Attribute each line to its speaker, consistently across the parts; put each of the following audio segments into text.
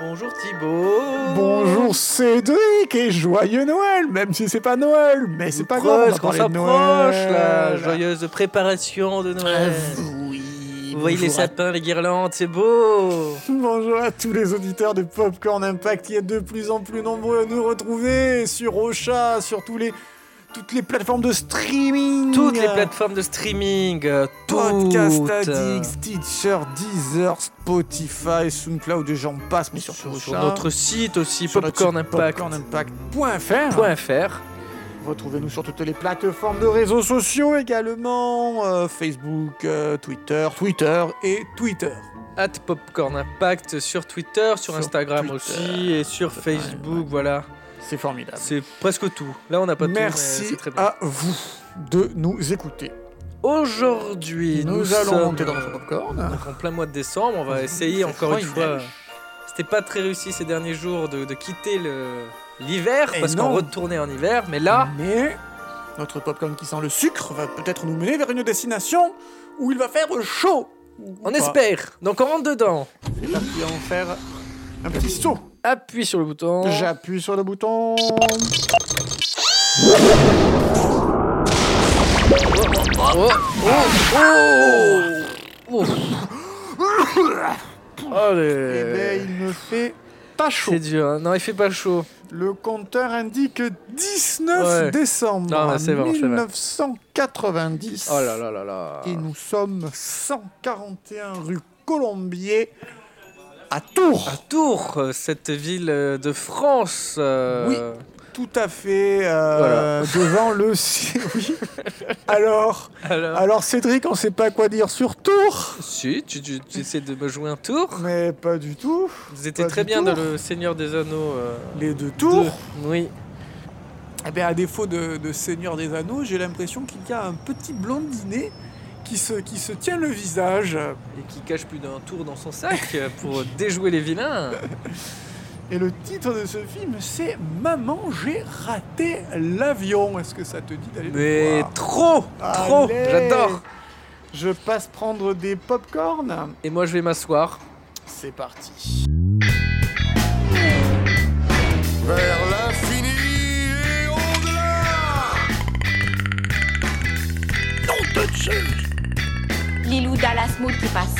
Speaker 1: Bonjour Thibaut.
Speaker 2: Bonjour Cédric et joyeux Noël, même si c'est pas Noël, mais c'est pas grave.
Speaker 1: Parce qu'on s'approche là. Joyeuse préparation
Speaker 2: Ah,
Speaker 1: de Noël.
Speaker 2: Oui.
Speaker 1: Vous voyez les
Speaker 2: bonjour à-
Speaker 1: sapins, les guirlandes, c'est beau.
Speaker 2: Bonjour à tous les auditeurs de Popcorn Impact qui est de plus en plus nombreux à nous retrouver sur Ocha, sur tous les, toutes les plateformes de streaming.
Speaker 1: Toutes les plateformes de streaming, euh, toutes. euh,
Speaker 2: Podcast Addict, Stitcher, Deezer, Spotify, SoundCloud, et j'en passe, mais
Speaker 1: Sur,
Speaker 2: surtout
Speaker 1: sur
Speaker 2: Ocha,
Speaker 1: notre site aussi,
Speaker 2: sur notre site
Speaker 1: popcornimpact.fr.
Speaker 2: popcornimpact.fr. Retrouvez-nous sur toutes les plateformes de réseaux sociaux également, euh, Facebook, euh, Twitter, Twitter et Twitter.
Speaker 1: At Popcorn Impact sur Twitter, sur,
Speaker 2: Sur
Speaker 1: Instagram
Speaker 2: Twitter.
Speaker 1: aussi et sur Facebook, voilà.
Speaker 2: C'est formidable.
Speaker 1: C'est presque tout. Là, on n'a pas tout, mais
Speaker 2: Merci
Speaker 1: c'est très bien.
Speaker 2: à vous de nous écouter.
Speaker 1: Aujourd'hui,
Speaker 2: nous,
Speaker 1: nous,
Speaker 2: allons
Speaker 1: sommes,
Speaker 2: monter dans notre
Speaker 1: euh,
Speaker 2: popcorn.
Speaker 1: Donc en plein mois de décembre, on va essayer encore une fois. C'était pas très réussi ces derniers jours de, de quitter le l'hiver
Speaker 2: Et
Speaker 1: parce
Speaker 2: non.
Speaker 1: qu'on retournait en hiver, mais là,
Speaker 2: Mais notre popcorn qui sent le sucre va peut-être nous mener vers une destination où il va faire chaud. Ou
Speaker 1: on
Speaker 2: pas.
Speaker 1: espère. Donc on rentre dedans.
Speaker 2: C'est parti, on va faire un petit saut.
Speaker 1: Appuie sur le bouton.
Speaker 2: J'appuie sur le bouton.
Speaker 1: Euh. Oh, oh, oh, oh.
Speaker 2: Eh ben,
Speaker 1: Allez.
Speaker 2: il ne fait pas chaud.
Speaker 1: C'est dur. hein. Non, il fait pas chaud.
Speaker 2: Le compteur indique 19
Speaker 1: Ouais.
Speaker 2: décembre
Speaker 1: Non, mais c'est bon, c'est bon.
Speaker 2: 1990.
Speaker 1: Oh là là là là.
Speaker 2: Et nous sommes 141 rue Colombier à Tours.
Speaker 1: À Tours, euh, cette ville euh, de France. euh,
Speaker 2: Tout à fait euh, devant le. ci- Oui. Alors,
Speaker 1: Alors,
Speaker 2: alors Cédric, on sait pas quoi dire sur Tours.
Speaker 1: si, tu, tu- tu essaies de me jouer un tour.
Speaker 2: Mais pas du tout.
Speaker 1: Vous étiez
Speaker 2: Pas
Speaker 1: très
Speaker 2: du
Speaker 1: bien dans
Speaker 2: tout.
Speaker 1: le Seigneur des Anneaux. euh,
Speaker 2: Les deux tours.
Speaker 1: deux. Oui.
Speaker 2: Eh bien, à défaut de, de Seigneur des Anneaux, j'ai l'impression qu'il y a un petit blondinet qui se, qui se tient le visage.
Speaker 1: Et qui cache plus d'un tour dans son sac euh, pour déjouer les vilains.
Speaker 2: Et le titre de ce film, c'est Maman, j'ai raté l'avion. Est-ce que ça te dit d'aller le
Speaker 1: Mais
Speaker 2: voir
Speaker 1: trop Trop
Speaker 2: Allez
Speaker 1: J'adore
Speaker 2: Je passe prendre des pop-corn.
Speaker 1: Et moi je vais m'asseoir.
Speaker 2: C'est parti.
Speaker 3: Vers l'infini et au-delà
Speaker 4: Lilou Dallas Mood qui passe.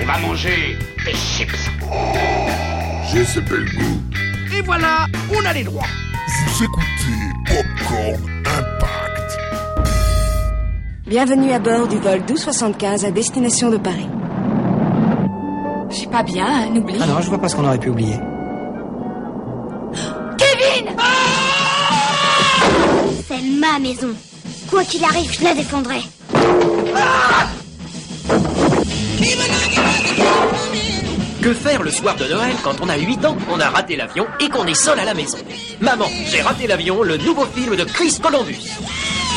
Speaker 5: On va manger des chips.
Speaker 3: Je s'appelle goût.
Speaker 5: Et voilà, on a les droits.
Speaker 3: Vous écoutez Popcorn Impact.
Speaker 6: Bienvenue à bord du vol 1275 à destination de Paris.
Speaker 4: Je suis pas bien, hein, n'oublie.
Speaker 7: Ah non, je vois pas ce qu'on aurait pu oublier.
Speaker 8: C'est ma maison. Quoi qu'il arrive, je la défendrai.
Speaker 9: Que faire le soir de Noël quand on a 8 ans, on a raté l'avion et qu'on est seul à la maison Maman, j'ai raté l'avion, le nouveau film de Chris Columbus.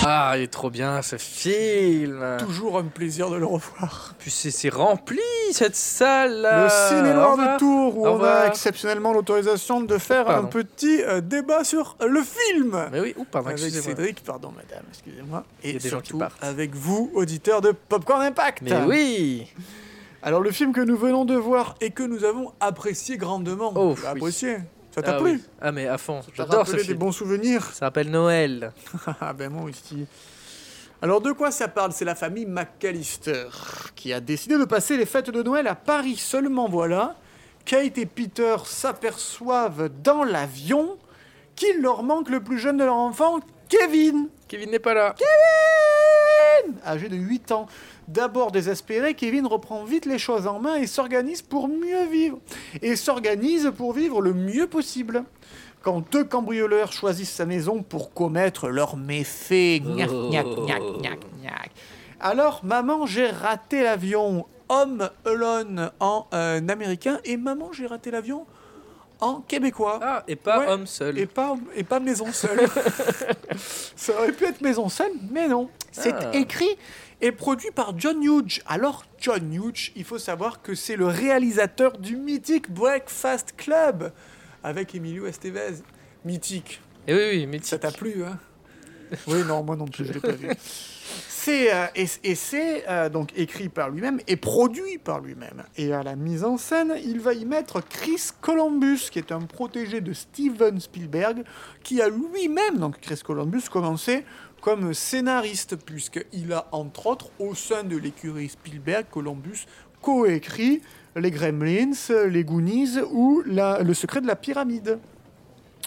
Speaker 1: Ah, il est trop bien ce film
Speaker 2: Toujours un plaisir de le revoir.
Speaker 1: Puis c'est c'est rempli cette salle là
Speaker 2: Le ciné
Speaker 1: Euh, Au
Speaker 2: noir
Speaker 1: revoir.
Speaker 2: de Tours, où
Speaker 1: Au
Speaker 2: on a
Speaker 1: revoir.
Speaker 2: exceptionnellement l'autorisation de faire
Speaker 1: Pardon.
Speaker 2: un petit euh, débat sur le film.
Speaker 1: Mais oui, ou pardon,
Speaker 2: Avec
Speaker 1: excusez-moi.
Speaker 2: Cédric, pardon madame, excusez-moi.
Speaker 1: Il y
Speaker 2: Et
Speaker 1: a des gens qui
Speaker 2: surtout
Speaker 1: partent.
Speaker 2: avec vous, auditeurs de Popcorn Impact.
Speaker 1: Mais oui
Speaker 2: Alors le film que nous venons de voir et que nous avons apprécié grandement.
Speaker 1: Oh,
Speaker 2: Tu l'as
Speaker 1: oui.
Speaker 2: apprécié Ça t'a
Speaker 1: ah,
Speaker 2: plu
Speaker 1: oui. Ah mais à fond,
Speaker 2: Ça t'a
Speaker 1: j'adore ce
Speaker 2: rappelé des
Speaker 1: film.
Speaker 2: bons souvenirs
Speaker 1: Ça s'appelle Noël.
Speaker 2: Ah ben moi aussi. Alors de quoi ça parle C'est la famille McAllister qui a décidé de passer les fêtes de Noël à Paris. Seulement voilà, Kate et Peter s'aperçoivent dans l'avion qu'il leur manque le plus jeune de leur enfant, Kevin
Speaker 1: Kevin n'est pas là.
Speaker 2: âgé de 8 ans. D'abord désespéré, Kevin reprend vite les choses en main et s'organise pour mieux vivre. Et s'organise pour vivre le mieux possible. Quand deux cambrioleurs choisissent sa maison pour commettre leur méfait. Gnac,
Speaker 1: Oh.
Speaker 2: gnac, gnac, gnac, gnac. Alors, maman, j'ai raté l'avion. Homme alone en euh, américain et maman, j'ai raté l'avion en québécois.
Speaker 1: Ah, et pas
Speaker 2: Ouais.
Speaker 1: homme seul.
Speaker 2: Et pas, et pas maison seule. Ça aurait pu être maison seule, mais non. C'est
Speaker 1: Ah.
Speaker 2: écrit et produit par John Hughes. Alors, John Hughes, il faut savoir que c'est le réalisateur du mythique Breakfast Club avec Emilio Estevez. Mythique.
Speaker 1: Et Eh oui, oui, mais
Speaker 2: Ça t'a plu, hein Oui, non, moi non plus, je l'ai pas vu. C'est euh, et, et c'est euh, donc écrit par lui-même et produit par lui-même. Et à la mise en scène, il va y mettre Chris Columbus, qui est un protégé de Steven Spielberg, qui a lui-même donc Chris Columbus commencé comme scénariste puisqu'il a entre autres au sein de l'écurie Spielberg Columbus coécrit les Gremlins, les Goonies ou la- le secret de la pyramide.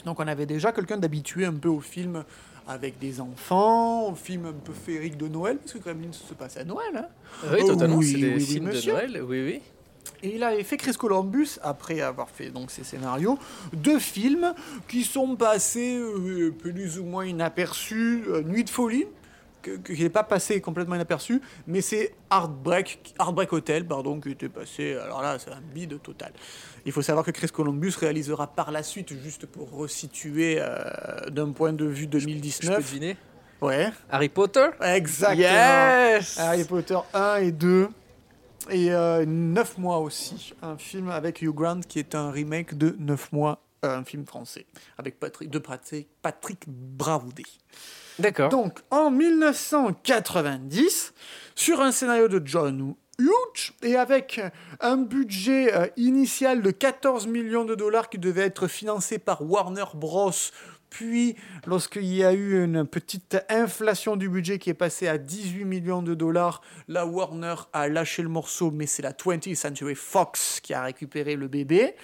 Speaker 2: Donc on avait déjà quelqu'un d'habitué un peu au film avec des enfants, au film un peu féerique de Noël, parce que Gremlins se passe à Noël. hein.
Speaker 1: Oui,
Speaker 2: Oh,
Speaker 1: totalement,
Speaker 2: oui,
Speaker 1: c'est des
Speaker 2: oui, oui,
Speaker 1: films de
Speaker 2: monsieur.
Speaker 1: Noël, oui, oui.
Speaker 2: Et il avait fait Chris Columbus, après avoir fait donc ses scénarios, deux films qui sont passés euh, plus ou moins inaperçus. euh, Nuit de folie, que- que- qui n'est pas passé complètement inaperçu, mais c'est Heartbreak, Heartbreak Hotel, pardon, qui était passé. Alors là, c'est un bide total. Il faut savoir que Chris Columbus réalisera par la suite, juste pour resituer euh, d'un point de vue
Speaker 1: Je peux
Speaker 2: 2019.
Speaker 1: deviner.
Speaker 2: Ouais.
Speaker 1: Harry Potter
Speaker 2: Exactement.
Speaker 1: Yes
Speaker 2: Harry Potter 1 et 2. Et euh, 9 mois aussi. Un film avec Hugh Grant qui est un remake de 9 mois, euh, un film français, avec Patrick, de Patrick, Patrick Braoudé.
Speaker 1: D'accord.
Speaker 2: Donc, en 1990, sur un scénario de John Hughes et avec un budget euh, initial de 14 millions de dollars qui devait être financé par Warner Bros. Puis, lorsqu'il y a eu une petite inflation du budget qui est passée à 18 millions de dollars, la Warner a lâché le morceau, mais c'est la 20th Century Fox qui a récupéré le bébé.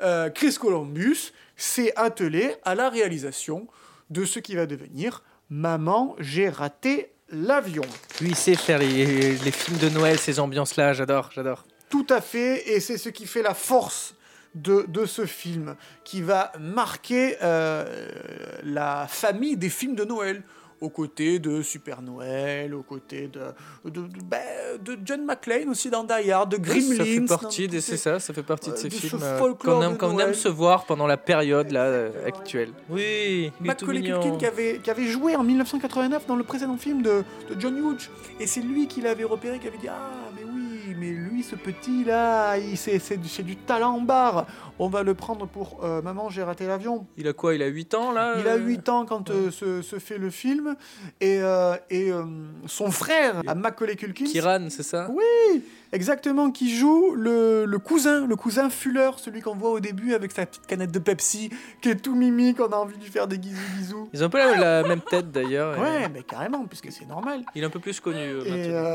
Speaker 2: Euh, Chris Columbus s'est attelé à la réalisation de ce qui va devenir Maman, j'ai raté l'avion.
Speaker 1: Lui, il sait faire les, les films de Noël, ces ambiances-là, j'adore, j'adore.
Speaker 2: Tout à fait, et c'est ce qui fait la force de, de ce film, qui va marquer euh, la famille des films de Noël, aux côtés de Super Noël, aux côtés de, de, de- ben, de John McClane aussi dans Die Hard, de Gremlins.
Speaker 1: ça fait
Speaker 2: dans
Speaker 1: partie
Speaker 2: tous
Speaker 1: des,
Speaker 2: ces-
Speaker 1: c'est ça, ça fait partie de
Speaker 2: euh,
Speaker 1: ces
Speaker 2: de ce
Speaker 1: films euh,
Speaker 2: folklore
Speaker 1: qu'on aime,
Speaker 2: de
Speaker 1: qu'on
Speaker 2: Noël.
Speaker 1: aime se voir pendant la période là euh, actuelle. Oui, il est tout
Speaker 2: Macaulay
Speaker 1: mignon.
Speaker 2: Culkin qui avait, qui avait joué en 1989 dans le précédent film de, de John Hughes. Et c'est lui qui l'avait repéré, qui avait dit Ah, mais oui, mais lui, ce petit-là, il- c'est c'est du, c'est du talent en barre. On va le prendre pour euh, Maman, j'ai raté l'avion.
Speaker 1: Il a quoi Il a 8 ans là
Speaker 2: Il a
Speaker 1: euh,
Speaker 2: 8 ans quand euh, se, se fait le film. Et, euh, et euh, son frère, à Macaulay Culkin,
Speaker 1: Kiran, c'est ça
Speaker 2: Oui. exactement, qui joue le, le cousin, le cousin Fuller, celui qu'on voit au début avec sa petite canette de Pepsi, qui est tout mimi, qu'on a envie de lui faire des bisous-bisous.
Speaker 1: Ils ont un peu la, la même tête d'ailleurs. et
Speaker 2: Ouais, mais carrément, puisque c'est normal.
Speaker 1: Il est un peu plus connu euh,
Speaker 2: Et
Speaker 1: maintenant.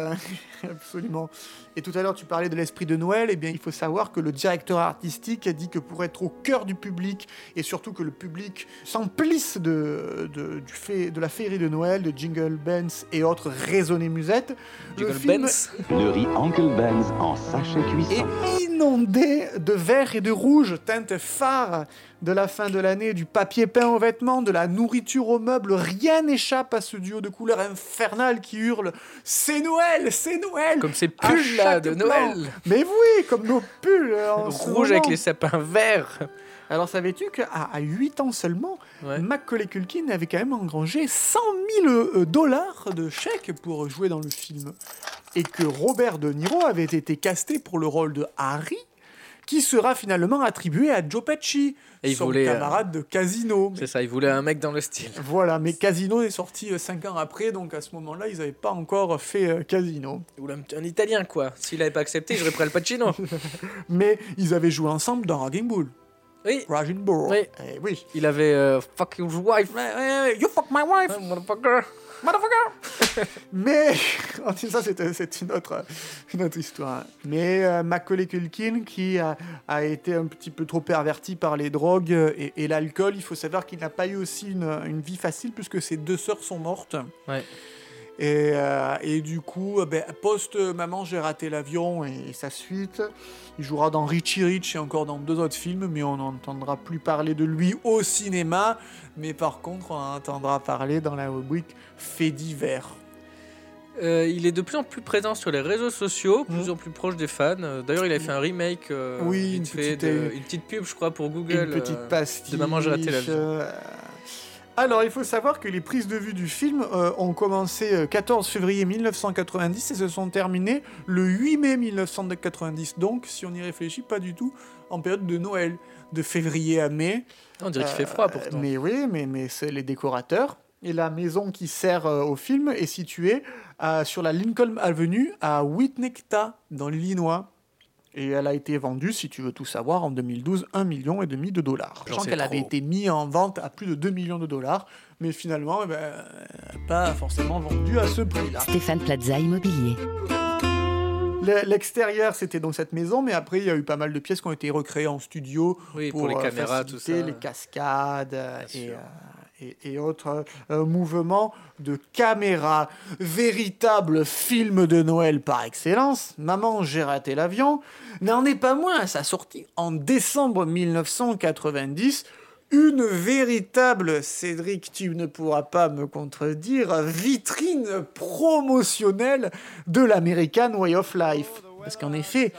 Speaker 2: euh, absolument. Et tout à l'heure, tu parlais de l'esprit de Noël. Eh bien, il faut savoir que le directeur artistique a dit que pour être au cœur du public, et surtout que le public s'emplisse de, de, du fait, de la féerie de Noël, de Jingle Benz et autres raisonnés musettes, le
Speaker 1: Jingle
Speaker 2: film
Speaker 1: Benz.
Speaker 7: Le riz Uncle Ben's en sachet cuisson.
Speaker 1: Ah.
Speaker 2: est inondé de vert et de rouge, teinte phare de la fin de l'année, du papier peint aux vêtements, de la nourriture aux meubles. Rien n'échappe à ce duo de couleurs infernales qui hurle C'est Noël C'est Noël
Speaker 1: Comme ces
Speaker 2: à
Speaker 1: pulls là
Speaker 2: chaque
Speaker 1: de
Speaker 2: plan.
Speaker 1: Noël.
Speaker 2: Mais oui, comme nos pulls euh, en ce
Speaker 1: Rouge avec
Speaker 2: moment.
Speaker 1: les sapins verts.
Speaker 2: Alors savais-tu qu'à à 8 ans seulement,
Speaker 1: Ouais.
Speaker 2: Macaulay Culkin avait quand même engrangé 100 000 dollars de chèques pour jouer dans le film Et que Robert De Niro avait été casté pour le rôle de Harry qui sera finalement attribué à Joe Pesci,
Speaker 1: Et il
Speaker 2: son
Speaker 1: voulait, euh,
Speaker 2: camarade de Casino.
Speaker 1: C'est ça, il voulait un mec dans le style.
Speaker 2: Voilà, mais Casino est sorti 5 ans après, donc à ce moment-là, ils n'avaient pas encore fait euh, Casino.
Speaker 1: Il voulait un, un italien quoi. S'il avait pas accepté, j'aurais pris Al Pacino.
Speaker 2: Mais ils avaient joué ensemble dans Raging Bull.
Speaker 1: Oui,
Speaker 2: Raging Bull.
Speaker 1: Oui.
Speaker 2: Eh oui.
Speaker 1: il avait euh, Fuck your wife.
Speaker 2: You fuck my wife,
Speaker 1: Ah, motherfucker.
Speaker 2: motherfucker! Mais, en tout ça, c'est c'est une autre, une autre histoire. Mais euh, Macaulay Culkin, qui a, a été un petit peu trop perverti par les drogues et, et l'alcool, il faut savoir qu'il n'a pas eu aussi une, une vie facile puisque ses deux sœurs sont mortes.
Speaker 1: Ouais.
Speaker 2: Et, euh, et du coup, euh, ben, post euh, Maman, j'ai raté l'avion et, et sa suite, il jouera dans Richie Rich et encore dans deux autres films, mais on n'entendra plus parler de lui au cinéma. Mais par contre, on entendra parler dans la rubrique Faits divers.
Speaker 1: Euh, il est de plus en plus présent sur les réseaux sociaux, plus en plus proche des fans. Euh, D'ailleurs, il a fait un remake, euh,
Speaker 2: Mhm. Oui,
Speaker 1: vite
Speaker 2: une
Speaker 1: fait,
Speaker 2: petite,
Speaker 1: de-
Speaker 2: euh,
Speaker 1: une petite pub, je crois, pour Google.
Speaker 2: Une petite
Speaker 1: euh,
Speaker 2: pastille.
Speaker 1: de maman, j'ai raté l'avion.
Speaker 2: euh, Alors, il faut savoir que les prises de vue du film euh, ont commencé euh, 14 février 1990 et se sont terminées le 8 mai 1990. Donc, si on y réfléchit, pas du tout en période de Noël, de février à mai.
Speaker 1: On dirait qu'il fait
Speaker 2: Euh,
Speaker 1: froid pourtant.
Speaker 2: Mais oui, mais, mais c'est les décorateurs. Et la maison qui sert euh, au film est située euh, sur la Lincoln Avenue à Whitnecta, dans l'Illinois. Et elle a été vendue, si tu veux tout savoir, en 2012, 1,5 million et demi de dollars.
Speaker 1: J'en
Speaker 2: Sachant
Speaker 1: sais
Speaker 2: qu'elle avait
Speaker 1: trop.
Speaker 2: été mise en vente à plus de 2 millions de dollars, mais finalement, eh ben, euh, pas forcément vendue à ce prix-là.
Speaker 10: Stéphane Plaza Immobilier.
Speaker 2: Le- L'extérieur, c'était donc cette maison, mais après, il y a eu pas mal de pièces qui ont été recréées en studio
Speaker 1: Oui, pour les
Speaker 2: euh,
Speaker 1: caméras, tout
Speaker 2: faciliter
Speaker 1: ça.
Speaker 2: les cascades euh,
Speaker 1: Bien
Speaker 2: et,
Speaker 1: sûr.
Speaker 2: euh, et, et autres euh, mouvements de caméra. Véritable film de Noël par excellence, Maman, j'ai raté l'avion, n'en est pas moins à sa sortie en décembre 1990. Une véritable, Cédric, tu ne pourras pas me contredire, vitrine promotionnelle de l'American Way of Life. Parce qu'en effet,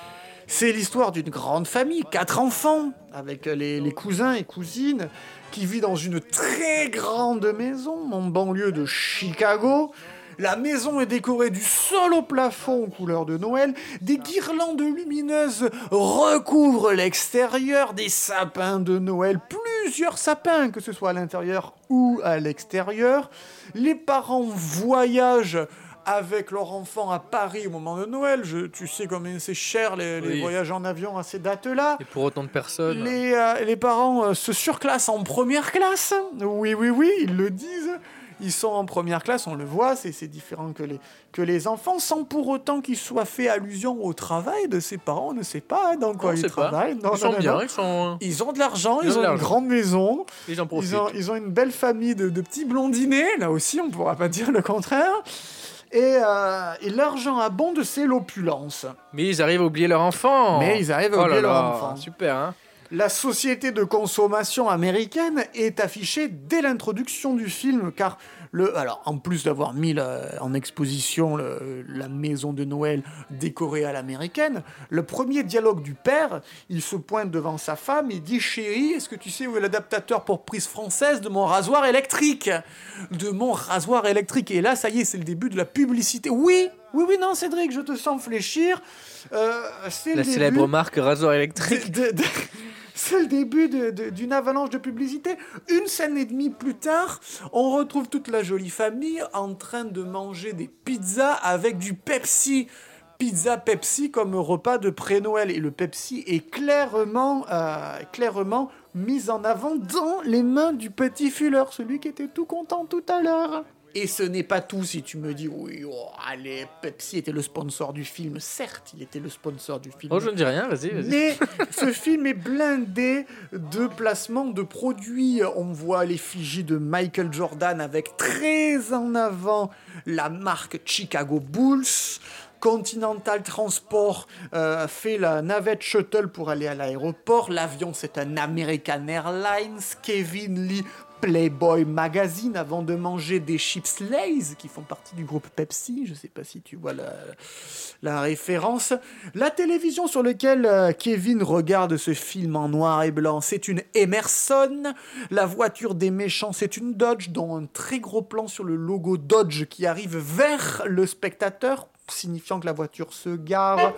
Speaker 2: c'est l'histoire d'une grande famille, quatre enfants, avec les, les cousins et cousines, qui vit dans une très grande maison en banlieue de Chicago. La maison est décorée du sol au plafond aux couleurs de Noël, des guirlandes lumineuses recouvrent l'extérieur, des sapins de Noël, plusieurs sapins, que ce soit à l'intérieur ou à l'extérieur. Les parents voyagent avec leur enfant à Paris au moment de Noël. Je- tu sais combien c'est cher les, les
Speaker 1: Oui.
Speaker 2: voyages en avion à ces dates-là.
Speaker 1: Et pour autant de personnes.
Speaker 2: Les, euh, les parents euh, se surclassent en première classe. Oui, oui, oui, ils le disent. Ils sont en première classe, on le voit, c'est c'est différent que les, que les enfants, sans pour autant qu'ils soient fait allusion au travail de ses parents. On ne sait pas hein, dans
Speaker 1: on
Speaker 2: quoi ils
Speaker 1: sait pas.
Speaker 2: travaillent. Non,
Speaker 1: ils
Speaker 2: non,
Speaker 1: sont
Speaker 2: non,
Speaker 1: bien,
Speaker 2: non.
Speaker 1: ils sont.
Speaker 2: Ils ont de l'argent,
Speaker 1: Ils
Speaker 2: ils,
Speaker 1: ont de
Speaker 2: ont une
Speaker 1: l'argent.
Speaker 2: grande maison.
Speaker 1: Ils en profitent.
Speaker 2: Ils ont, ils ont une belle famille de, de petits blondinés, là aussi, on ne pourra pas dire le contraire. Et, euh, et l'argent abonde, c'est l'opulence.
Speaker 1: Mais ils arrivent à oublier leur enfant.
Speaker 2: Mais ils arrivent à
Speaker 1: Oh
Speaker 2: oublier
Speaker 1: là
Speaker 2: leur
Speaker 1: là,
Speaker 2: enfant.
Speaker 1: Super, hein.
Speaker 2: La société de consommation américaine est affichée dès l'introduction du film, car le, alors en plus d'avoir mis la- en exposition le- la maison de Noël décorée à l'américaine, le premier dialogue du père, il se pointe devant sa femme et dit chérie, est-ce que tu sais où est l'adaptateur pour prise française de mon rasoir électrique, de mon rasoir électrique Et là, ça y est, c'est le début de la publicité. Oui, oui, oui, non, Cédric, je te sens fléchir. Euh, c'est
Speaker 1: La
Speaker 2: le
Speaker 1: célèbre
Speaker 2: début.
Speaker 1: marque Rasoir électrique.
Speaker 2: De- de- C'est le début de- de- d'une avalanche de publicité. Une scène et demie plus tard, on retrouve toute la jolie famille en train de manger des pizzas avec du Pepsi. Pizza Pepsi comme repas de pré-Noël. Et le Pepsi est clairement, euh, clairement mis en avant dans les mains du petit fuleur, celui qui était tout content tout à l'heure. Et ce n'est pas tout si tu me dis oui, oh, allez, Pepsi était le sponsor du film. Certes, il était le sponsor du film.
Speaker 1: Oh, je ne dis rien, vas-y, vas-y.
Speaker 2: Mais ce film est blindé de placements de produits. On voit l'effigie de Michael Jordan avec très en avant la marque Chicago Bulls. Continental Transport euh, fait la navette shuttle pour aller à l'aéroport. L'avion, c'est un American Airlines. Kevin Lee, Playboy Magazine, avant de manger des chips Lay's qui font partie du groupe Pepsi. Je sais pas si tu vois la, la référence. La télévision sur laquelle euh, Kevin regarde ce film en noir et blanc, c'est une Emerson. La voiture des méchants, c'est une Dodge, dont un très gros plan sur le logo Dodge qui arrive vers le spectateur, signifiant que la voiture se gare.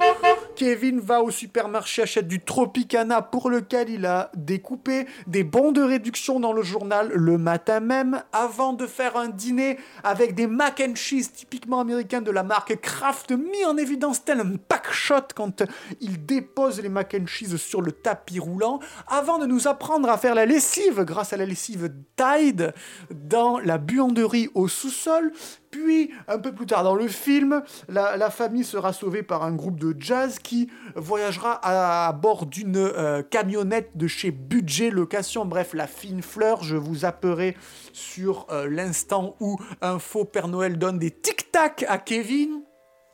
Speaker 2: Kevin va au supermarché, achète du Tropicana pour lequel il a découpé des bons de réduction dans le journal le matin même avant de faire un dîner avec des mac and cheese typiquement américains de la marque Kraft mis en évidence tel un pack shot quand il dépose les mac and cheese sur le tapis roulant avant de nous apprendre à faire la lessive grâce à la lessive Tide dans la buanderie au sous-sol puis, un peu plus tard dans le film, la, la famille sera sauvée par un groupe de jazz qui voyagera à, à bord d'une euh, camionnette de chez Budget Location. Bref, la fine fleur, je vous apperai sur euh, l'instant où un faux Père Noël donne des tic-tac à Kevin.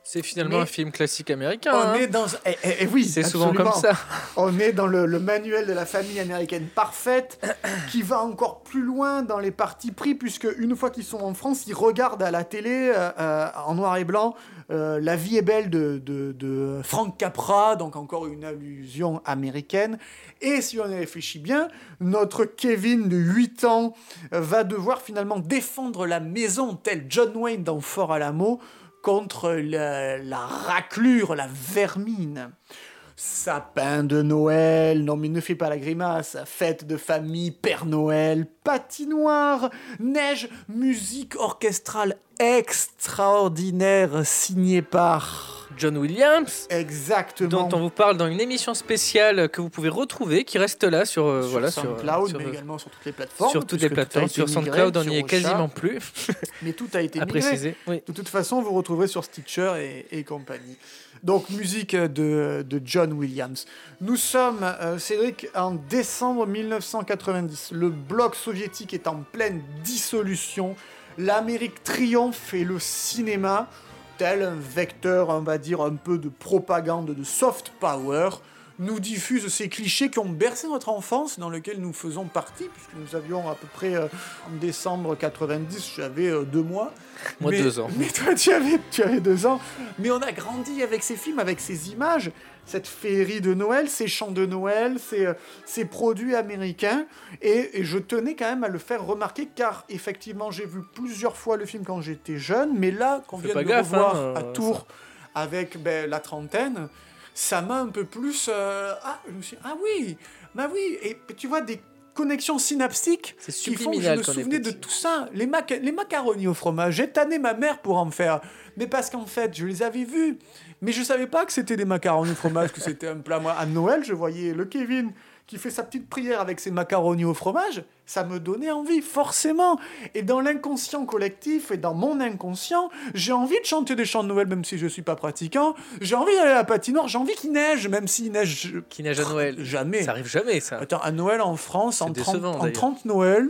Speaker 1: C'est finalement
Speaker 2: Mais-
Speaker 1: un film classique américain.
Speaker 2: On
Speaker 1: hein.
Speaker 2: est dans... Eh, eh, eh oui,
Speaker 1: C'est souvent comme
Speaker 2: absolument.
Speaker 1: ça.
Speaker 2: On est dans le, le manuel de la famille américaine parfaite, qui va encore plus loin dans les partis pris, puisque une fois qu'ils sont en France, ils regardent à la télé, euh, euh, en noir et blanc, euh, La vie est belle de, de, de Frank Capra, donc encore une allusion américaine. Et si on y réfléchit bien, notre Kevin de 8 ans euh, va devoir finalement défendre la maison, tel John Wayne dans Fort Alamo, contre la, la raclure, la vermine. Sapin de Noël, non mais ne fais pas la grimace, fête de famille, Père Noël, patinoire, neige, musique orchestrale extraordinaire signée par...
Speaker 1: John Williams,
Speaker 2: Exactement.
Speaker 1: dont on vous parle dans une émission spéciale que vous pouvez retrouver, qui reste là sur, euh,
Speaker 2: sur
Speaker 1: voilà, sur, euh,
Speaker 2: SoundCloud,
Speaker 1: sur,
Speaker 2: mais
Speaker 1: euh,
Speaker 2: également sur toutes les plateformes.
Speaker 1: sur toutes
Speaker 2: puisque
Speaker 1: les
Speaker 2: tout a
Speaker 1: plateformes.
Speaker 2: été
Speaker 1: Sur
Speaker 2: migré,
Speaker 1: SoundCloud, on n'y
Speaker 2: sur
Speaker 1: est
Speaker 2: Ocha,
Speaker 1: quasiment plus,
Speaker 2: Mais tout a été
Speaker 1: à
Speaker 2: migré.
Speaker 1: préciser. Oui.
Speaker 2: De toute façon, vous retrouverez sur Stitcher et, et compagnie. Donc, musique de, de John Williams. Nous sommes, euh, Cédric, en décembre 1990. Le bloc soviétique est en pleine dissolution. L'Amérique triomphe et le cinéma, tel un vecteur, on va dire, un peu de propagande, de soft power, nous diffuse ces clichés qui ont bercé notre enfance, dans lequel nous faisons partie, puisque nous avions à peu près, euh, en décembre 90, j'avais euh, deux mois,
Speaker 1: Moi,
Speaker 2: mais-
Speaker 1: deux ans.
Speaker 2: Mais toi, tu avais, tu avais deux ans. Mais on a grandi avec ces films, avec ces images, cette féerie de Noël, ces chants de Noël, ces, euh, ces produits américains. Et, et je tenais quand même à le faire remarquer, car effectivement, j'ai vu plusieurs fois le film quand j'étais jeune, mais là, qu'on
Speaker 1: Fais
Speaker 2: vient de
Speaker 1: pas
Speaker 2: le
Speaker 1: gaffe,
Speaker 2: revoir
Speaker 1: hein,
Speaker 2: à
Speaker 1: euh,
Speaker 2: Tours avec ben, la trentaine, ça m'a un peu plus. euh, ah, je me suis, ah oui, bah oui. Et tu vois, des connexions synaptiques
Speaker 1: C'est
Speaker 2: qui font que je
Speaker 1: subliminal
Speaker 2: me
Speaker 1: quand on est
Speaker 2: souvenais de
Speaker 1: petit.
Speaker 2: tout ça. Les, mac- les macaronis au fromage, j'ai tanné ma mère pour en faire. Mais parce qu'en fait, je les avais vus. Mais je savais pas que c'était des macaronis au fromage, que c'était un plat. Moi, à Noël, je voyais le Kevin qui fait sa petite prière avec ses macaronis au fromage. Ça me donnait envie, forcément. Et dans l'inconscient collectif et dans mon inconscient, j'ai envie de chanter des chants de Noël, même si je suis pas pratiquant. J'ai envie d'aller à la patinoire, j'ai envie qu'il neige, même s'il neige. Oh, je-
Speaker 1: Qui neige à Noël.
Speaker 2: Jamais.
Speaker 1: Ça arrive jamais, ça.
Speaker 2: Attends, à Noël en France, en 30,
Speaker 1: Ah. décevant,
Speaker 2: en
Speaker 1: d'ailleurs.
Speaker 2: 30 Noël,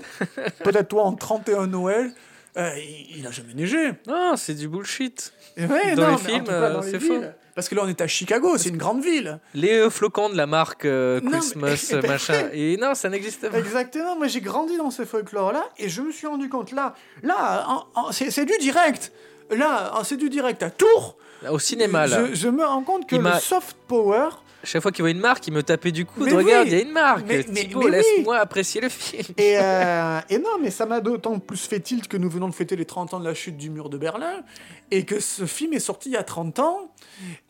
Speaker 2: peut-être toi en 31 Noël, euh, il, il a jamais neigé.
Speaker 1: Non, c'est du bullshit.
Speaker 2: Et Eh ouais,
Speaker 1: Dans
Speaker 2: non,
Speaker 1: les
Speaker 2: mais en tout
Speaker 1: films,
Speaker 2: cas, dans
Speaker 1: euh,
Speaker 2: les
Speaker 1: c'est
Speaker 2: villes.
Speaker 1: faux.
Speaker 2: Parce que là, on est à Chicago, c'est une grande ville.
Speaker 1: Les euh, flocons de la marque euh,
Speaker 2: Non, mais-
Speaker 1: Christmas,
Speaker 2: eh ben,
Speaker 1: machin. Et non, ça n'existe pas.
Speaker 2: Exactement, moi j'ai grandi dans ce folklore-là et je me suis rendu compte, là, là, en- en- c'est c'est du direct. Là, en- c'est du direct à Tours.
Speaker 1: Au cinéma, là.
Speaker 2: Je, je me rends compte que
Speaker 1: Il
Speaker 2: le
Speaker 1: m'a-
Speaker 2: soft power,
Speaker 1: Chaque fois qu'il voit une marque, il me tapait du coude.
Speaker 2: Mais
Speaker 1: Regarde,
Speaker 2: oui.
Speaker 1: il y a une marque.
Speaker 2: Mais- mais-
Speaker 1: Thibaut,
Speaker 2: mais oui.
Speaker 1: laisse-moi apprécier le film.
Speaker 2: Et, euh, et non, mais ça m'a d'autant plus fait tilt que nous venons de fêter les 30 ans de la chute du mur de Berlin et que ce film est sorti il y a 30 ans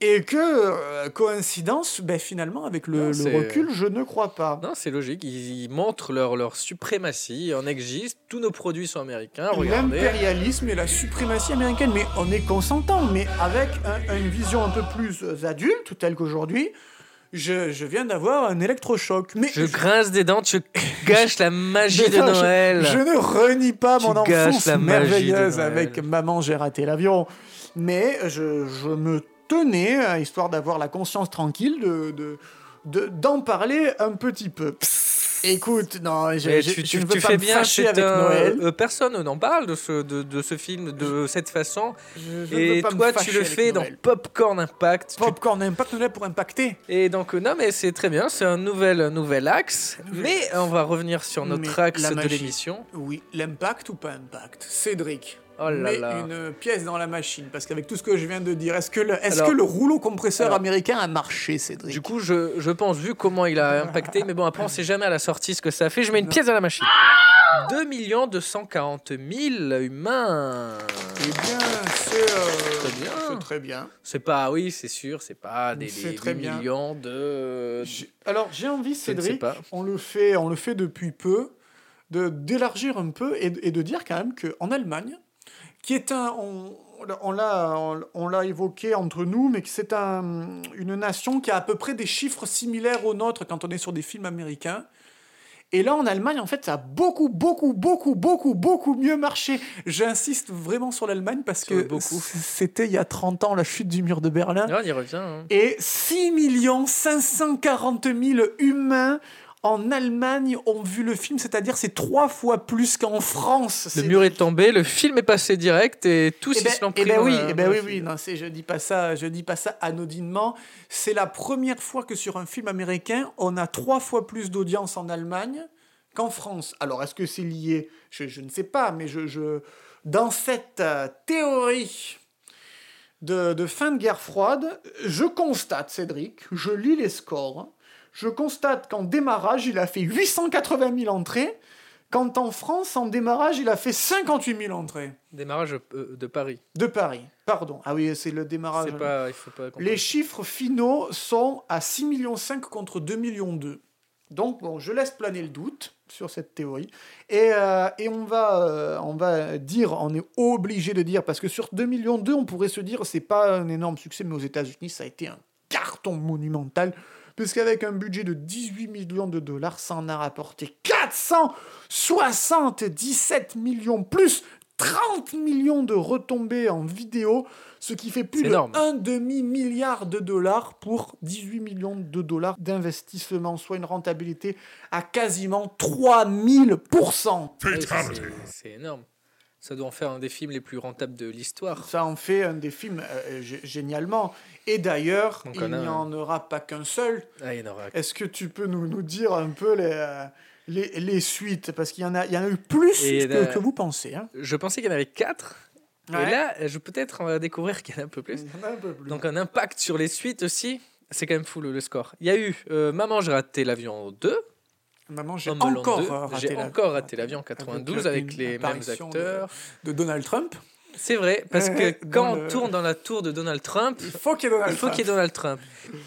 Speaker 2: et que, euh, coïncidence, ben, finalement, avec
Speaker 1: Non,
Speaker 2: le, le
Speaker 1: c'est-
Speaker 2: recul, je ne crois pas.
Speaker 1: Non, c'est logique. Ils, ils montrent leur, leur suprématie. On existe. Tous nos produits sont américains. Regardez.
Speaker 2: L'impérialisme et la suprématie américaine, mais on est consentant, mais avec un- une vision un peu plus adulte, telle qu'aujourd'hui, je, je viens d'avoir un électrochoc. Mais
Speaker 1: Je grince des dents. Tu gâches la magie de
Speaker 2: Putain, je-
Speaker 1: Noël.
Speaker 2: Je, ne renie pas
Speaker 1: Tu
Speaker 2: mon enfance
Speaker 1: gâches la magie de
Speaker 2: merveilleuse
Speaker 1: Noël.
Speaker 2: avec Maman, j'ai raté l'avion. Mais je, je me tenais, euh, histoire d'avoir la conscience tranquille, de, de, de- d'en parler un petit peu. Écoute, non, je,
Speaker 1: Mais
Speaker 2: je-
Speaker 1: Eh, tu,
Speaker 2: je
Speaker 1: tu-
Speaker 2: ne
Speaker 1: tu
Speaker 2: veux pas
Speaker 1: fais
Speaker 2: me
Speaker 1: bien,
Speaker 2: fâcher
Speaker 1: c'est
Speaker 2: avec
Speaker 1: un-
Speaker 2: Noël.
Speaker 1: euh, personne n'en parle de ce, de, de ce film de cette façon.
Speaker 2: Je- je ne veux
Speaker 1: Et
Speaker 2: pas me
Speaker 1: toi, tu
Speaker 2: fâcher
Speaker 1: le
Speaker 2: avec
Speaker 1: fais dans
Speaker 2: Noël.
Speaker 1: Popcorn Impact. Tu-
Speaker 2: Popcorn Impact Noël pour impacter.
Speaker 1: Et donc, euh, non, mais c'est très bien, c'est un nouvel, un nouvel axe. Mais on va revenir sur notre
Speaker 2: Mais
Speaker 1: axe
Speaker 2: la
Speaker 1: de
Speaker 2: magie.
Speaker 1: l'émission.
Speaker 2: Oui, l'impact ou pas impact Cédric,
Speaker 1: Oh là
Speaker 2: mets
Speaker 1: là.
Speaker 2: une pièce dans la machine, parce qu'avec tout ce que je viens de dire, est-ce que le, est-ce
Speaker 1: Alors-
Speaker 2: que le rouleau compresseur
Speaker 1: Alors-
Speaker 2: américain a marché, Cédric
Speaker 1: Du coup, je, je pense, vu comment il a impacté, mais bon, après, on sait jamais à la sortie ce que ça fait. Je mets une pièce dans la machine. 2 240 000 humains.
Speaker 2: Eh bien, c'est euh,
Speaker 1: Très bien.
Speaker 2: c'est très bien.
Speaker 1: C'est pas, oui, c'est sûr, c'est pas des,
Speaker 2: C'est
Speaker 1: des
Speaker 2: très
Speaker 1: 8
Speaker 2: bien.
Speaker 1: millions de.
Speaker 2: J'ai- Alors, j'ai envie,
Speaker 1: Je ne sais
Speaker 2: Cédric,
Speaker 1: pas.
Speaker 2: on le fait, on le fait depuis peu, de d'élargir un peu et, et de dire quand même qu'en Allemagne, qui est un, on, on l'a, on, on l'a évoqué entre nous, mais que c'est un, une nation qui a à peu près des chiffres similaires aux nôtres quand on est sur des films américains. Et là, en Allemagne, en fait, ça a beaucoup, beaucoup, beaucoup, beaucoup, beaucoup mieux marché. J'insiste vraiment sur l'Allemagne parce
Speaker 1: Sur le
Speaker 2: que
Speaker 1: beaucoup.
Speaker 2: c- c'était il y a 30 ans la chute du mur de Berlin.
Speaker 1: Non, on y revient. hein.
Speaker 2: Et 6 540 000 humains en Allemagne ont vu le film, c'est-à-dire c'est trois fois plus qu'en France.
Speaker 1: Le
Speaker 2: C'est-
Speaker 1: mur est tombé, le film est passé direct et tous
Speaker 2: Eh
Speaker 1: ils
Speaker 2: ben,
Speaker 1: se l'ont
Speaker 2: eh
Speaker 1: pris.
Speaker 2: ben
Speaker 1: dans
Speaker 2: oui,
Speaker 1: la-
Speaker 2: eh ben
Speaker 1: dans
Speaker 2: oui,
Speaker 1: la
Speaker 2: oui,
Speaker 1: figure.
Speaker 2: non, c'est- je dis pas ça, je dis pas ça anodinement. C'est la première fois que sur un film américain, on a trois fois plus d'audience en Allemagne qu'en France. Alors est-ce que c'est lié je, je ne sais pas, mais je, je- dans cette euh, théorie de, de fin de guerre froide, je constate, Cédric, je lis hein, les scores, je constate qu'en démarrage, il a fait 880 000 entrées, quand en France, en démarrage, il a fait 58 000 entrées
Speaker 1: Démarrage euh, de Paris.
Speaker 2: de Paris. Pardon. Ah oui, c'est le démarrage.
Speaker 1: C'est pas, il faut pas. comprendre.
Speaker 2: Les chiffres finaux sont à 6,5 millions contre 2,2 millions. Donc, bon, je laisse planer le doute sur cette théorie. Et, euh, et on, va, euh, on va dire, on est obligé de dire, parce que sur 2,2 millions, on pourrait se dire, c'est pas un énorme succès, mais aux États-Unis, ça a été un carton monumental. Puisqu'avec un budget de 18 millions de dollars, ça en a rapporté 477 millions plus 30 millions de retombées en vidéo, ce qui fait plus
Speaker 1: C'est
Speaker 2: de
Speaker 1: énorme.
Speaker 2: un demi milliard de dollars pour 18 millions de dollars d'investissement, soit une rentabilité à quasiment 3000%.
Speaker 1: Ouais, c'est- c'est- C'est énorme. Ça doit en faire un des films les plus rentables de l'histoire.
Speaker 2: Ça en fait un des films euh, g- génialement. Et d'ailleurs,
Speaker 1: Donc
Speaker 2: il
Speaker 1: on a
Speaker 2: n'y
Speaker 1: un-
Speaker 2: en aura pas qu'un seul.
Speaker 1: Ah, il y en aura-
Speaker 2: Est-ce que tu peux nous, nous dire un peu les, euh, les, les suites Parce qu'il y, en a- il y en a eu plus
Speaker 1: Et euh,
Speaker 2: que,
Speaker 1: là-
Speaker 2: que vous pensez. hein.
Speaker 1: Je pensais qu'il y en avait 4. Et
Speaker 2: Ouais. Mmh.
Speaker 1: là, je peut-être on va découvrir qu'il y en a un peu plus.
Speaker 2: Il y en a un peu plus.
Speaker 1: Donc un impact sur les suites aussi. C'est quand même fou le, le score. Il y a eu euh, Maman, j'ai raté l'avion 2.
Speaker 2: Maman, j'ai
Speaker 1: Homeland
Speaker 2: encore
Speaker 1: 2.
Speaker 2: euh, raté
Speaker 1: J'ai
Speaker 2: la-
Speaker 1: encore raté l'avion 92
Speaker 2: Avec,
Speaker 1: avec,
Speaker 2: euh,
Speaker 1: les
Speaker 2: une
Speaker 1: mêmes
Speaker 2: apparition de-
Speaker 1: acteurs.
Speaker 2: de Donald Trump.
Speaker 1: C'est vrai, parce que
Speaker 2: Euh, dans
Speaker 1: quand
Speaker 2: le-
Speaker 1: on tourne dans la tour de Donald Trump,
Speaker 2: Il faut qu'il y ait Donald
Speaker 1: il faut
Speaker 2: Trump.
Speaker 1: qu'il y ait Donald Trump.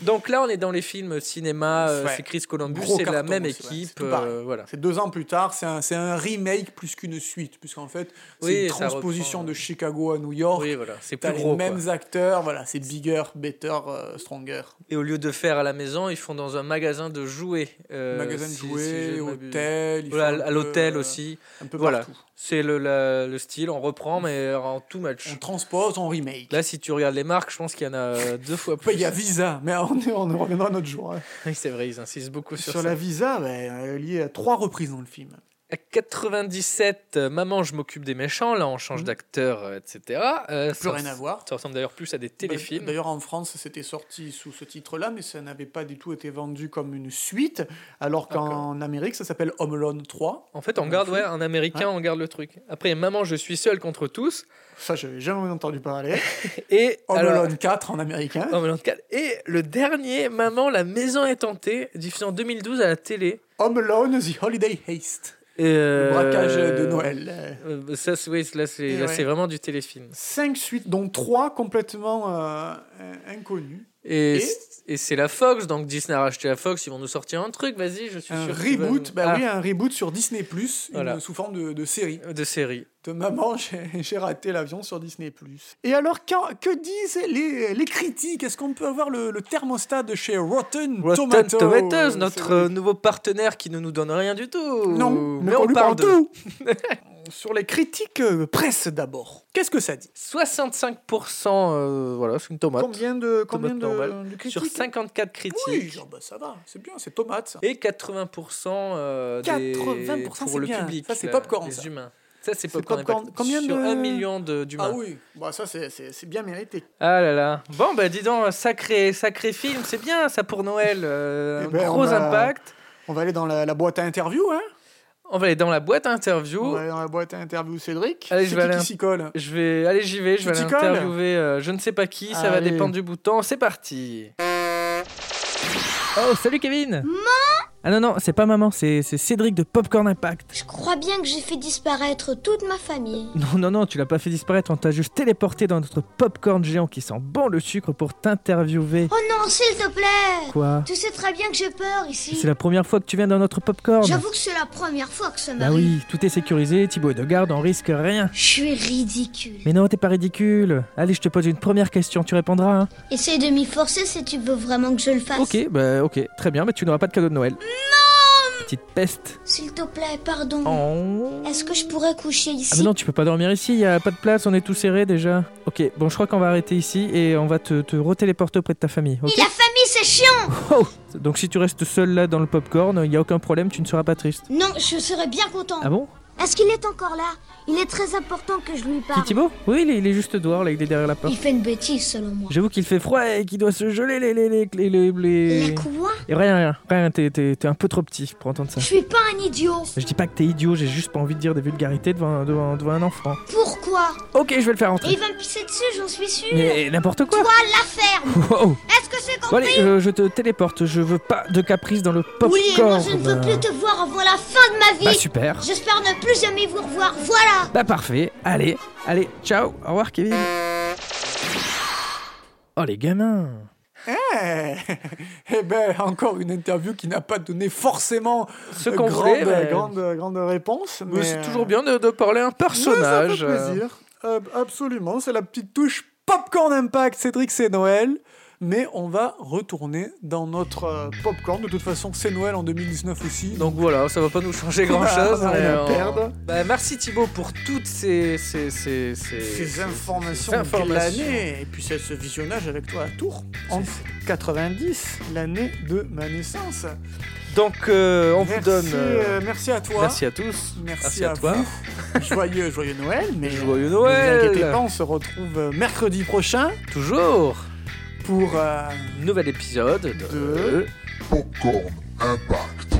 Speaker 1: Donc là, on est dans les films cinéma, euh,
Speaker 2: Ouais.
Speaker 1: c'est Chris Columbus,
Speaker 2: Gros
Speaker 1: c'est la
Speaker 2: carton
Speaker 1: même
Speaker 2: aussi, ouais. C'est
Speaker 1: équipe.
Speaker 2: tout pareil.
Speaker 1: euh, voilà.
Speaker 2: C'est deux ans plus tard, c'est un, c'est un remake plus qu'une suite, puisqu'en fait, c'est
Speaker 1: Oui,
Speaker 2: une
Speaker 1: ça
Speaker 2: transposition
Speaker 1: reprend,
Speaker 2: de
Speaker 1: euh,
Speaker 2: Chicago à New York.
Speaker 1: Oui, voilà, c'est
Speaker 2: Oh, T'as
Speaker 1: plus
Speaker 2: les
Speaker 1: gros. quoi.
Speaker 2: mêmes acteurs, voilà, c'est bigger, better, euh, stronger.
Speaker 1: Et au lieu de faire à la maison, ils font dans un magasin de jouets. euh,
Speaker 2: Magasin de
Speaker 1: si- si
Speaker 2: jouets,
Speaker 1: je ne m'abuse.
Speaker 2: hôtel. ils
Speaker 1: Voilà,
Speaker 2: font un
Speaker 1: à
Speaker 2: peu,
Speaker 1: l'hôtel
Speaker 2: euh,
Speaker 1: aussi.
Speaker 2: Un peu
Speaker 1: Voilà.
Speaker 2: partout.
Speaker 1: C'est le, la- le style, on reprend, mais en tout match.
Speaker 2: On transpose, on remake.
Speaker 1: Là, si tu regardes les marques, je pense qu'il y en a euh, deux fois
Speaker 2: Ouais,
Speaker 1: plus.
Speaker 2: Bah, Il y a Visa, mais on, est- on reviendra un autre jour. hein.
Speaker 1: Oui, c'est vrai, ils insistent beaucoup sur,
Speaker 2: Sur,
Speaker 1: ça.
Speaker 2: la Visa, bah, elle y est à trois reprises dans le film.
Speaker 1: À 97, euh, Maman, je m'occupe des méchants. Là, on change d'acteur, euh, etc. Euh,
Speaker 2: Mhm. Plus
Speaker 1: ça-
Speaker 2: rien à voir. Bah,
Speaker 1: Ça ressemble d'ailleurs plus à des téléfilms.
Speaker 2: D'ailleurs, en France, c'était sorti sous ce titre-là, mais ça n'avait pas du tout été vendu comme une suite, alors qu'en Amérique, ça s'appelle Home Alone 3.
Speaker 1: en fait, on
Speaker 2: Dans
Speaker 1: garde,
Speaker 2: le
Speaker 1: ouais,
Speaker 2: film.
Speaker 1: un américain, on garde le truc. Après, Maman, je suis seul contre tous.
Speaker 2: Ça, j'avais jamais entendu parler.
Speaker 1: Et
Speaker 2: Home
Speaker 1: alors- euh,
Speaker 2: Alone 4 en américain.
Speaker 1: Home Alone 4. Et le dernier, Maman, la maison est tentée, diffusé en 2012 à la télé.
Speaker 2: Home Alone The Holiday Haste.
Speaker 1: Et,
Speaker 2: Le
Speaker 1: euh,
Speaker 2: braquage de Noël. euh.
Speaker 1: euh, ça, c'est- oui, là, c'est
Speaker 2: Et
Speaker 1: là,
Speaker 2: ouais.
Speaker 1: c'est vraiment du téléfilm.
Speaker 2: Cinq suites, dont trois complètement euh, in- inconnues.
Speaker 1: Et,
Speaker 2: Et
Speaker 1: c- et c'est la Fox, donc Disney a racheté la Fox, ils vont nous sortir un truc, vas-y, je suis
Speaker 2: Un
Speaker 1: sûr. qu'ils
Speaker 2: reboot,
Speaker 1: veulent-
Speaker 2: bah oui, un reboot sur Disney+, une-
Speaker 1: Ah. Voilà.
Speaker 2: sous forme de- de série.
Speaker 1: Ah, de série.
Speaker 2: de maman, j'ai j'ai raté l'avion sur Disney+. Et alors, qu'en- que disent les, les critiques Est-ce qu'on peut avoir le, le thermostat de chez Rotten,
Speaker 1: Rotten
Speaker 2: Tomatoes,
Speaker 1: Tomatoes,
Speaker 2: C'est-
Speaker 1: notre euh, nouveau partenaire qui ne nous donne rien du tout.
Speaker 2: Non,
Speaker 1: euh, mais on,
Speaker 2: lui
Speaker 1: parle de
Speaker 2: tout Sur les critiques euh, presse d'abord. Qu'est-ce que ça dit
Speaker 1: 65%, euh, voilà, c'est une tomate.
Speaker 2: Combien de, combien
Speaker 1: Tomate
Speaker 2: de,
Speaker 1: normale.
Speaker 2: de critiques
Speaker 1: Sur
Speaker 2: hein
Speaker 1: 54 critiques.
Speaker 2: Oui, genre, bah, ça va, c'est bien, c'est tomate, ça.
Speaker 1: Et 80%, euh, des-
Speaker 2: 80%,
Speaker 1: pour
Speaker 2: c'est
Speaker 1: le
Speaker 2: bien.
Speaker 1: public.
Speaker 2: Ça, c'est
Speaker 1: là,
Speaker 2: popcorn,
Speaker 1: Les
Speaker 2: ça.
Speaker 1: humains. Ça, c'est
Speaker 2: C'est
Speaker 1: popcorn.
Speaker 2: popcorn.
Speaker 1: Impact.
Speaker 2: Combien
Speaker 1: Sur
Speaker 2: de-
Speaker 1: 1 million de- d'humains.
Speaker 2: Ah
Speaker 1: Ah,
Speaker 2: oui, bah, ça, c'est- c'est c'est bien mérité.
Speaker 1: là là. Bon, bah dis donc, sacré, sacré film, c'est bien ça pour Noël. euh,
Speaker 2: Eh
Speaker 1: un
Speaker 2: ben, on
Speaker 1: gros
Speaker 2: va-
Speaker 1: impact.
Speaker 2: On va aller dans la, la boîte à interview, hein
Speaker 1: On va aller dans la boîte à interview.
Speaker 2: On va aller dans la boîte à interview Cédric.
Speaker 1: Allez, je
Speaker 2: C'est
Speaker 1: vais
Speaker 2: qui
Speaker 1: aller
Speaker 2: qui
Speaker 1: un-
Speaker 2: s'y colle
Speaker 1: Je vais, allez, j'y vais. Je vais
Speaker 2: Tu
Speaker 1: aller
Speaker 2: t'y colles
Speaker 1: interviewer. euh, je ne sais pas qui. Ça va
Speaker 2: Allez.
Speaker 1: dépendre du bouton. C'est parti. Oh, salut Kevin. ah non non, c'est pas maman, c'est c'est Cédric de Popcorn Impact.
Speaker 8: Je crois bien que j'ai fait disparaître toute ma famille.
Speaker 1: Non non non, tu l'as pas fait disparaître. On t'a juste téléporté dans notre popcorn géant qui sent bon le sucre pour t'interviewer.
Speaker 8: Oh non, s'il te plaît
Speaker 1: Quoi
Speaker 8: Tu sais très bien que j'ai peur
Speaker 1: C'est
Speaker 8: ici.
Speaker 1: la première fois que tu viens dans notre popcorn.
Speaker 8: J'avoue que c'est la première fois que ça
Speaker 1: Bah oui,
Speaker 8: m'arrive.
Speaker 1: tout est sécurisé. Thibaut et de garde, on risque rien.
Speaker 8: Je suis ridicule.
Speaker 1: Mais non, t'es pas ridicule. Allez, je te pose une première question, tu répondras. hein.
Speaker 8: Essaye de m'y forcer si tu veux vraiment que je le fasse.
Speaker 1: Ok, bah ok, très bien, mais tu n'auras pas de cadeau de Noël. Non Petite peste.
Speaker 8: S'il te plaît, pardon.
Speaker 1: Oh.
Speaker 8: Mmh. Est-ce que je pourrais coucher
Speaker 1: Ah
Speaker 8: ici
Speaker 1: mais non, tu peux pas dormir ici, y a pas de place, on est tout serré déjà. Ok, bon, je crois qu'on va arrêter ici et on va te, te retéléporter auprès de ta famille, ok
Speaker 8: Et la famille, c'est chiant
Speaker 1: Oh Donc si tu restes seul là dans le popcorn, y a aucun problème, tu ne seras pas triste.
Speaker 8: Non, je serais bien content.
Speaker 1: Ah bon
Speaker 8: Est-ce qu'il est encore là Il est très important que je lui
Speaker 1: C'est
Speaker 8: parle.
Speaker 1: Thibaut Oui, il est, il est juste dehors là, il est derrière la porte.
Speaker 8: Il fait une bêtise, selon moi.
Speaker 1: J'avoue qu'il fait froid et qu'il doit se geler les... les, les, les, les- les-
Speaker 8: La quoi
Speaker 1: Et rien, rien, rien, t'es- t'es t'es un peu trop petit pour entendre ça.
Speaker 8: Je suis pas un idiot.
Speaker 1: Je dis pas que t'es idiot, j'ai juste pas envie de dire des vulgarités devant, devant, devant un enfant.
Speaker 8: Pourquoi quoi
Speaker 1: Ok, je vais le faire
Speaker 8: Et
Speaker 1: entrer.
Speaker 8: il va me pisser dessus, j'en suis sûre.
Speaker 1: Mais n'importe quoi.
Speaker 8: Toi, la ferme
Speaker 1: Wow.
Speaker 8: Est-ce que c'est
Speaker 1: Bon, allez,
Speaker 8: compris
Speaker 1: euh, je te téléporte. Je veux pas de caprice dans le popcorn.
Speaker 8: Oui, et moi je ne veux plus te voir avant la fin de ma
Speaker 1: Bah
Speaker 8: vie
Speaker 1: super.
Speaker 8: J'espère ne plus jamais vous revoir, voilà
Speaker 1: Bah parfait. Allez, allez, ciao. Au revoir, Kevin. Oh les gamins.
Speaker 2: Eh Eh ben, encore une interview qui n'a pas donné forcément
Speaker 1: Ce
Speaker 2: euh,
Speaker 1: qu'on
Speaker 2: grande,
Speaker 1: voulait, mais-
Speaker 2: grande, grande réponse.
Speaker 1: Mais c'est
Speaker 2: euh,
Speaker 1: toujours bien de, de parler à un personnage.
Speaker 2: Ouais, ça fait plaisir. Euh, absolument, c'est la petite touche Popcorn Impact, Cédric, c'est Noël. Mais on va retourner dans notre euh, popcorn. De toute façon, c'est Noël en 2019 aussi.
Speaker 1: Donc voilà, ça va pas nous changer grand chose.
Speaker 2: On a rien à perdre.
Speaker 1: Bah, merci Thibaut pour toutes ces, ces, ces, ces-
Speaker 2: ces
Speaker 1: ces-
Speaker 2: informations,
Speaker 1: ces informations.
Speaker 2: de l'année et puis ce, ce visionnage avec toi à Tours en 90, l'année de ma naissance.
Speaker 1: Donc euh, on vous
Speaker 2: merci,
Speaker 1: donne. euh,
Speaker 2: euh, merci à toi.
Speaker 1: Merci à tous.
Speaker 2: Merci
Speaker 1: à,
Speaker 2: à
Speaker 1: toi.
Speaker 2: Joyeux, joyeux Noël. Mais
Speaker 1: Joyeux
Speaker 2: Ne vous
Speaker 1: Noël.
Speaker 2: inquiétez pas, on se retrouve euh, mercredi prochain
Speaker 1: Toujours.
Speaker 2: pour euh,
Speaker 1: Nouvel épisode de.
Speaker 2: De-
Speaker 3: Popcorn Impact.